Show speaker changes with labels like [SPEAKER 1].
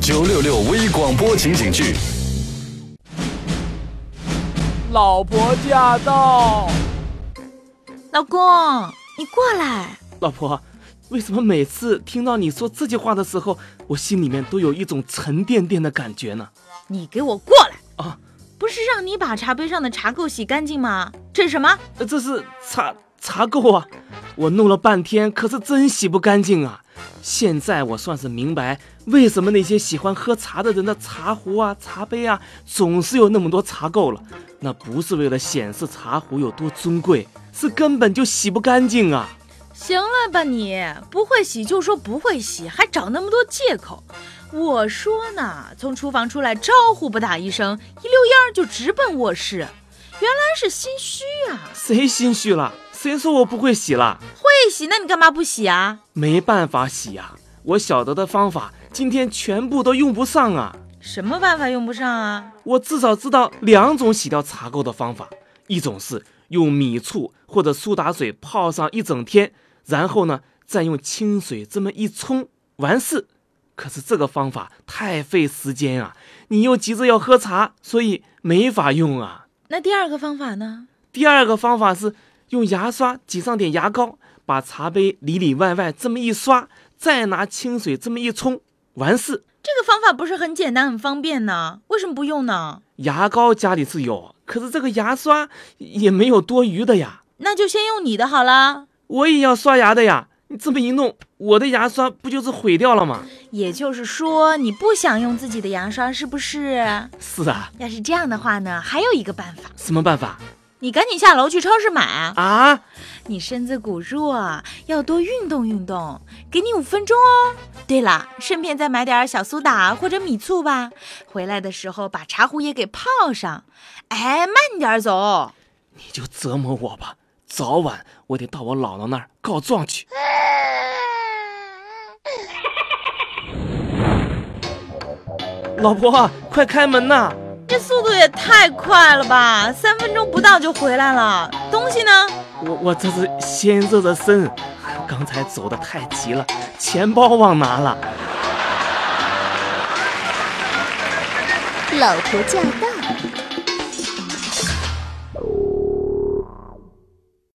[SPEAKER 1] 九六六微广播情景剧，
[SPEAKER 2] 老婆驾到！
[SPEAKER 3] 老公，你过来。
[SPEAKER 2] 老婆，为什么每次听到你说这句话的时候，我心里面都有一种沉甸甸的感觉呢？
[SPEAKER 3] 你给我过来！
[SPEAKER 2] 啊，
[SPEAKER 3] 不是让你把茶杯上的茶垢洗干净吗？这是什么？
[SPEAKER 2] 呃这是茶茶垢啊！我弄了半天，可是真洗不干净啊！现在我算是明白，为什么那些喜欢喝茶的人的茶壶啊、茶杯啊，总是有那么多茶垢了。那不是为了显示茶壶有多尊贵，是根本就洗不干净啊！
[SPEAKER 3] 行了吧你，不会洗就说不会洗，还找那么多借口。我说呢，从厨房出来招呼不打一声，一溜烟儿就直奔卧室。原来是心虚啊，
[SPEAKER 2] 谁心虚了？谁说我不会洗了？
[SPEAKER 3] 会洗那你干嘛不洗啊？
[SPEAKER 2] 没办法洗呀、我晓得的方法今天全部都用不上啊。
[SPEAKER 3] 什么办法用不上啊？
[SPEAKER 2] 我至少知道两种洗掉茶垢的方法，一种是用米醋或者苏打水泡上一整天，然后呢再用清水这么一冲，完事。可是这个方法太费时间啊，你又急着要喝茶，所以没法用啊。
[SPEAKER 3] 那第二个方法呢？
[SPEAKER 2] 第二个方法是用牙刷挤上点牙膏，把茶杯里里外外这么一刷，再拿清水这么一冲，完事。
[SPEAKER 3] 这个方法不是很简单、很方便呢？为什么不用呢？
[SPEAKER 2] 牙膏家里是有，可是这个牙刷也没有多余的呀，
[SPEAKER 3] 那就先用你的好了。
[SPEAKER 2] 我也要刷牙的呀。你这么一弄，我的牙刷不就是毁掉了吗？
[SPEAKER 3] 也就是说，你不想用自己的牙刷，是不是？
[SPEAKER 2] 是啊，
[SPEAKER 3] 要是这样的话呢，还有一个办法，
[SPEAKER 2] 什么办法
[SPEAKER 3] 你赶紧下楼去超市买。
[SPEAKER 2] 啊？
[SPEAKER 3] 你身子骨弱，要多运动运动。给你五分钟哦。对了，顺便再买点小苏打或者米醋吧。回来的时候把茶壶也给泡上。哎，慢点走。
[SPEAKER 2] 你就折磨我吧，早晚我得到我姥姥那儿告状去。 老婆，啊快开门呐！
[SPEAKER 3] 这速度也太快了吧！三分钟不到就回来了，东西呢？
[SPEAKER 2] 我我这是先热热身，刚才走的太急了，钱包忘拿了。
[SPEAKER 4] 老婆驾到，